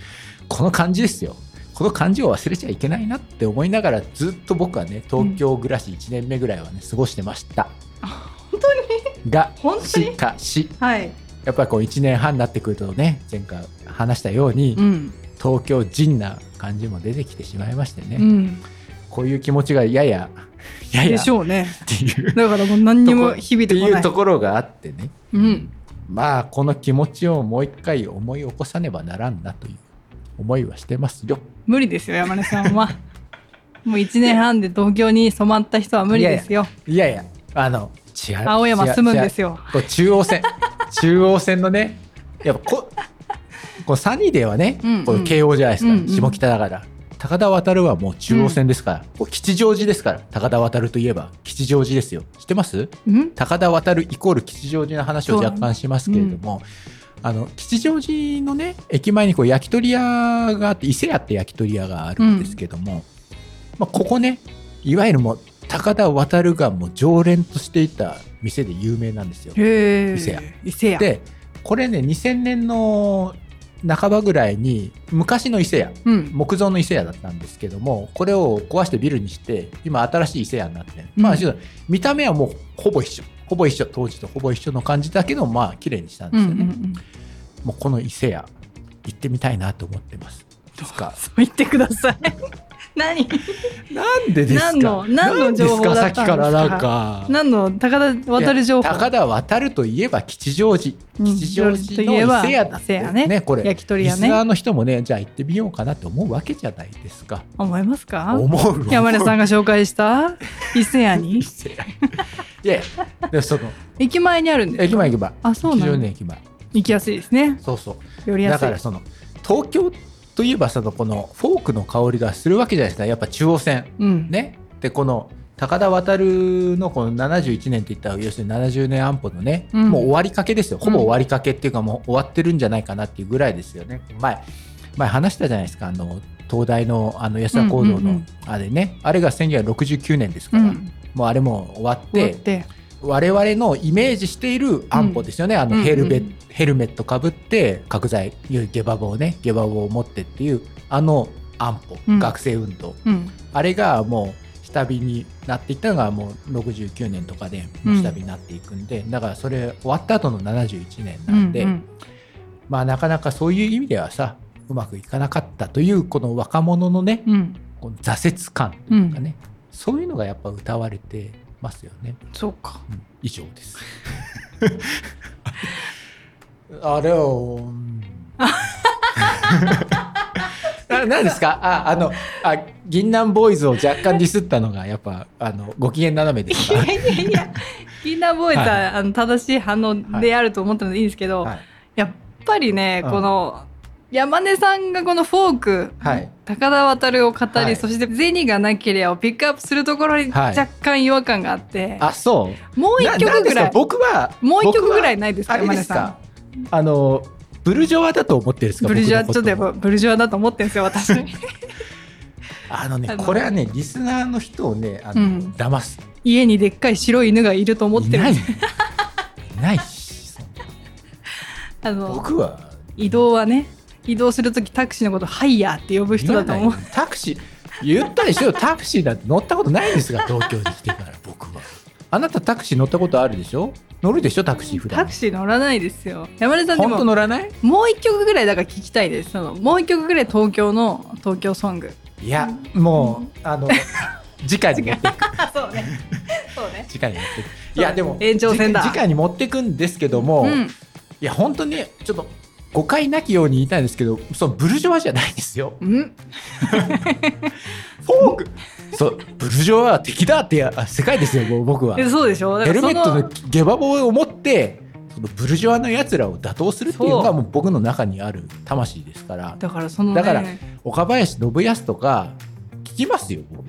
Speaker 2: この感じですよこの感じを忘れちゃいけないなって思いながらずっと僕はね東京暮らし1年目ぐらいはね過ごしてました、
Speaker 3: 本当に
Speaker 2: が
Speaker 3: 本当に
Speaker 2: しかし
Speaker 3: はい、
Speaker 2: やっぱりこう1年半になってくるとね前回話したように、
Speaker 3: うん
Speaker 2: 東京人な感じも出てきてしまいましてね、
Speaker 3: うん、
Speaker 2: こういう気持ちがやややや
Speaker 3: で
Speaker 2: っ
Speaker 3: しょうね
Speaker 2: ていう
Speaker 3: だからもう何にも響い
Speaker 2: って
Speaker 3: てこ
Speaker 2: い
Speaker 3: な
Speaker 2: う
Speaker 3: い
Speaker 2: ところがあってね
Speaker 3: うん、
Speaker 2: まあこの気持ちをもう一回思い起こさねばならんなという思いはしてますよ。
Speaker 3: 無理ですよ山根さ んはもう1年半で東京に染まった人は無理ですよ
Speaker 2: いやいやあの違う
Speaker 3: 青山住むんです
Speaker 2: よ。
Speaker 3: よ
Speaker 2: こう中央 線中央線のねやっぱここうサニーデーはね、
Speaker 3: うんうん
Speaker 2: こう慶応じゃないですか、
Speaker 3: うんうん
Speaker 2: 下北だから。高田渡はもう中央線ですから、こう吉祥寺ですから高田渡といえば吉祥寺ですよ知ってます
Speaker 3: うん
Speaker 2: 高田渡イコール吉祥寺の話を若干しますけれども、あの吉祥寺のね駅前にこう焼き鳥屋があって伊勢屋って焼き鳥屋があるんですけども、まあ、ここねいわゆるもう高田渡がもう常連としていた店で有名なんですよ。
Speaker 3: へえ
Speaker 2: 伊勢屋
Speaker 3: 伊勢屋
Speaker 2: でこれね2000年の半ばぐらいに昔の伊勢屋
Speaker 3: うん
Speaker 2: 木造の伊勢屋だったんですけどもこれを壊してビルにして今新しい伊勢屋になって、ま
Speaker 3: う
Speaker 2: あ
Speaker 3: ん
Speaker 2: ちょっと見た目はもうほぼ一緒ほぼ一緒当時とほぼ一緒の感じだけどまあ綺麗にしたんですよね、
Speaker 3: うんうんうん
Speaker 2: もうこの伊勢屋行ってみたいなと思ってますですか
Speaker 3: そう言ってください 何
Speaker 2: なんで
Speaker 3: ですか何の何の情報だったんですか
Speaker 2: さっきからなんか
Speaker 3: 何の高田渡る情
Speaker 2: い
Speaker 3: 報
Speaker 2: や高田渡るといえば吉祥寺
Speaker 3: うん
Speaker 2: 吉祥
Speaker 3: と
Speaker 2: 寺
Speaker 3: いえ
Speaker 2: の
Speaker 3: ば
Speaker 2: 伊勢屋だっ
Speaker 3: 伊勢
Speaker 2: て
Speaker 3: 屋ね
Speaker 2: これ
Speaker 3: 焼き鳥屋
Speaker 2: リスナ
Speaker 3: ね
Speaker 2: ーの人もねじゃあ行ってみようかなって思うわけじゃないですか
Speaker 3: 思いますか
Speaker 2: 思う
Speaker 3: 山根さ
Speaker 2: ん
Speaker 3: んが紹介した伊勢屋に
Speaker 2: いやいやでその
Speaker 3: 駅前にあるんです
Speaker 2: 駅前行けば
Speaker 3: あそうな
Speaker 2: 吉祥
Speaker 3: ん
Speaker 2: 寺
Speaker 3: だ
Speaker 2: 駅前
Speaker 3: 行きやすいですね
Speaker 2: そうそう
Speaker 3: 寄りや
Speaker 2: だ
Speaker 3: すい
Speaker 2: からその東京といえばそのこのフォークの香りがするわけじゃないですかやっぱ中央線
Speaker 3: うん
Speaker 2: ねでこの高田渡のこの71年って言ったら要するに70年安保のね、
Speaker 3: うん
Speaker 2: もう終わりかけですよほぼ終わりかけっていうかもう終わってるんじゃないかなっていうぐらいですよね前前話したじゃないですかあの東大のあの安田講堂
Speaker 3: うんうんう
Speaker 2: の
Speaker 3: ん
Speaker 2: あれねあれが1969年です
Speaker 3: う
Speaker 2: から、
Speaker 3: ん
Speaker 2: もうあれも終わっ
Speaker 3: 終わってて
Speaker 2: 我々のイメージしている安保ですよね、あ
Speaker 3: うん
Speaker 2: の
Speaker 3: うん
Speaker 2: ヘルメ,、ヘルメットかぶって角材いわゆる下馬棒をね下馬棒を持ってっていうあの安保、
Speaker 3: うん
Speaker 2: 学生運動
Speaker 3: うん
Speaker 2: あれがもう下火になっていったのがもう69年とかで
Speaker 3: うん
Speaker 2: 下火になっていくんで、だからそれ終わった後の71年
Speaker 3: う
Speaker 2: なんで、
Speaker 3: ん
Speaker 2: まあなかなかそういう意味ではさうまくいかなかったというこの若者のね、
Speaker 3: うん
Speaker 2: この挫折感と
Speaker 3: う
Speaker 2: いうんかね、そういうのがやっぱ歌われてますよね。
Speaker 3: そうか
Speaker 2: うん以上 です。あれを。うん ななんですかああのあ銀杏ボーイズを若干ディスったのがやっぱあのご機嫌斜めです
Speaker 3: い
Speaker 2: か
Speaker 3: やいやい やキーナーボーイズは、
Speaker 2: はい
Speaker 3: あの正しい反応であると思ったのでいいんですけど、
Speaker 2: はい
Speaker 3: やっぱりね、
Speaker 2: うん
Speaker 3: この山根さんがこのフォーク、
Speaker 2: はい
Speaker 3: 高田渡を語り、
Speaker 2: はい
Speaker 3: そして銭がなければをピックアップするところに
Speaker 2: はい
Speaker 3: 若干違和感があって、
Speaker 2: あそう
Speaker 3: もう一
Speaker 2: なな
Speaker 3: 曲
Speaker 2: んで
Speaker 3: ぐ
Speaker 2: す
Speaker 3: ら
Speaker 2: か
Speaker 3: い
Speaker 2: 僕は
Speaker 3: もう一曲
Speaker 2: 僕は
Speaker 3: ぐらいないですか
Speaker 2: あれ
Speaker 3: 山
Speaker 2: で
Speaker 3: 根
Speaker 2: す
Speaker 3: さ
Speaker 2: かあのブルジョワだと思ってるんです
Speaker 3: ん
Speaker 2: か
Speaker 3: ブルジョワちょ
Speaker 2: 僕の
Speaker 3: っと
Speaker 2: こ
Speaker 3: やっぱブルジョワだと思ってんですよ私
Speaker 2: あのね
Speaker 3: あの
Speaker 2: これはねリスナーの人をねあの、
Speaker 3: うん
Speaker 2: 騙す
Speaker 3: 家にでっかい白い犬がいると思って
Speaker 2: い
Speaker 3: る
Speaker 2: ないいない しそんな
Speaker 3: あの
Speaker 2: 僕は
Speaker 3: 移動はね移動する時タクシーのこと「ハイヤー」って呼ぶ人だと
Speaker 2: 言
Speaker 3: 思う
Speaker 2: わないタクシー言ったでしょタクシーなんて乗ったことないんですが東京に来てから僕はあなたタクシー乗ったことあるでしょ乗るでしょタクシー普
Speaker 3: タ
Speaker 2: 段
Speaker 3: クシー乗らないですよ山根さんで
Speaker 2: 本当
Speaker 3: も
Speaker 2: 乗らない
Speaker 3: もう一曲ぐらいだから聞きたいですそのもう一曲ぐらい東京の東京ソング
Speaker 2: いやもう あの次回に持っていく
Speaker 3: あそうね そうね
Speaker 2: 次回に持っていくいやでも
Speaker 3: 延長戦だ
Speaker 2: 次次回に持っていくんですけども、
Speaker 3: うん
Speaker 2: いや本当にちょっと誤解なきように言いたいんですけどそのブルジョワじゃないんですよ
Speaker 3: うん
Speaker 2: フォー クそうブルジョワは敵だってや世界ですよもう僕は
Speaker 3: えそうでしょだ
Speaker 2: ヘ
Speaker 3: から
Speaker 2: ル
Speaker 3: そ
Speaker 2: メット
Speaker 3: の
Speaker 2: の下馬棒を持ってそのブルジョワのやつらを打倒するっていうの
Speaker 3: そ
Speaker 2: が
Speaker 3: う
Speaker 2: もう僕の中にある魂ですから
Speaker 3: だからその、ね、
Speaker 2: だから岡林信康とか聞きますよ僕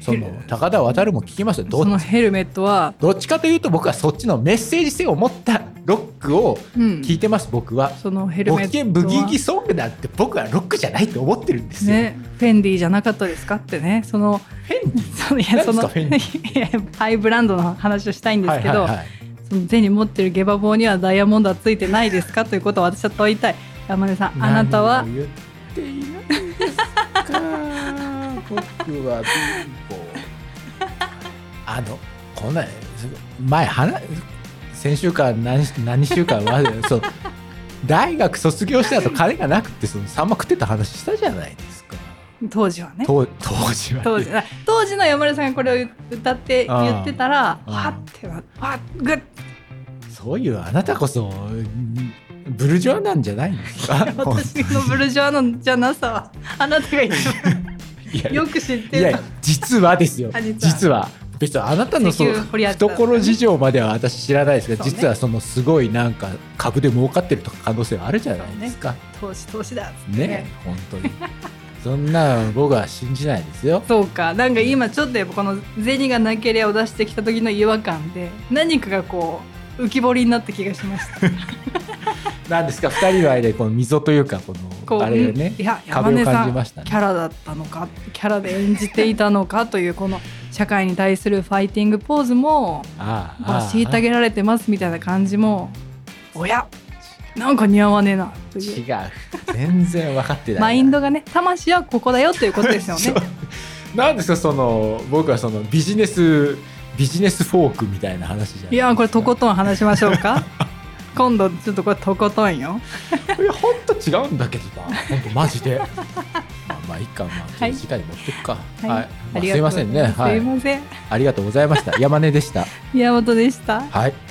Speaker 2: その高田渡も聞きますよど
Speaker 3: そ
Speaker 2: っ
Speaker 3: のヘルメットは、
Speaker 2: どっちかというと僕はそっちのメッセージ性を持ったロックを
Speaker 3: うん、
Speaker 2: 聞いてます僕は。
Speaker 3: そのヘル
Speaker 2: ご
Speaker 3: メ
Speaker 2: 機
Speaker 3: ッ
Speaker 2: 嫌
Speaker 3: トは
Speaker 2: ブギウギソングなんて僕はロックじゃないと思ってるんですよ。
Speaker 3: ね、フェンディじゃなかったですかってねその
Speaker 2: フェンディ
Speaker 3: そのい
Speaker 2: 何
Speaker 3: やそ
Speaker 2: で
Speaker 3: の
Speaker 2: すかフェンデ
Speaker 3: いやハイブランドの話をしたいんですけど、
Speaker 2: はいはいはい
Speaker 3: その手に持ってる下馬棒にはダイヤモンドはついてないですかということを私は問いたい山根さんあなたは
Speaker 2: 何を言っているんですか僕は貧乏あのこんなん前話先週か何何週間はそう大学卒業した後金がなくてそのサンマ食ってた話したじゃないですか
Speaker 3: 当時はね
Speaker 2: 当当時は
Speaker 3: 当時あ当時の山根さんがこれを歌って
Speaker 2: あー
Speaker 3: 言ってたら
Speaker 2: ー
Speaker 3: はってなはグッ
Speaker 2: そういうあなたこそブルジョアなんじゃないんですか
Speaker 3: 私のブルジョアのじゃなさ はあなたが一
Speaker 2: いや
Speaker 3: 番よく知っ
Speaker 2: い
Speaker 3: て
Speaker 2: や
Speaker 3: た
Speaker 2: 実はですよ
Speaker 3: あ実は
Speaker 2: 実は別にあなたのその
Speaker 3: 石油掘り当てた
Speaker 2: 懐事情までは私知らないですが、
Speaker 3: そうね
Speaker 2: 実はそのすごいなんか株で儲かってるとか可能性はあるじゃないですか
Speaker 3: 投資投資だっつって
Speaker 2: ね本当にそんな僕は信じないですよ
Speaker 3: そうかなんか今ちょっとやっぱこの銭がなければを出してきた時の違和感で何かがこう浮き彫りになった気がしました
Speaker 2: なんですか二人の間でこの溝というかこ
Speaker 3: こ
Speaker 2: の
Speaker 3: う
Speaker 2: あれをね
Speaker 3: うんいや山
Speaker 2: 壁
Speaker 3: 根
Speaker 2: を
Speaker 3: さ
Speaker 2: 感じ
Speaker 3: ん
Speaker 2: ましたね
Speaker 3: キャラだったのかキャラで演じていたのかというこの社会に対するファイティングポーズも
Speaker 2: ああああ
Speaker 3: 虐げられてますみたいな感じもおやなんか似合わねえなと
Speaker 2: 違
Speaker 3: い
Speaker 2: う
Speaker 3: う
Speaker 2: 全然分かってない
Speaker 3: マインドがね魂はここだよということですよね
Speaker 2: そうなんですかその僕はそのビジネスビジネスフォークみたいな話じゃない
Speaker 3: いやこれとことん話しましょ うか今度ちょっとこれとことんよ
Speaker 2: いや本当違うんだけどな本当マジ でまあまあいいかまあちょっと次回に持ってくかはい、まあ、すいませんね
Speaker 3: ありがとうござ
Speaker 2: はい
Speaker 3: ますすいません
Speaker 2: ありがとうございました山根でした
Speaker 3: 宮本でした
Speaker 2: はい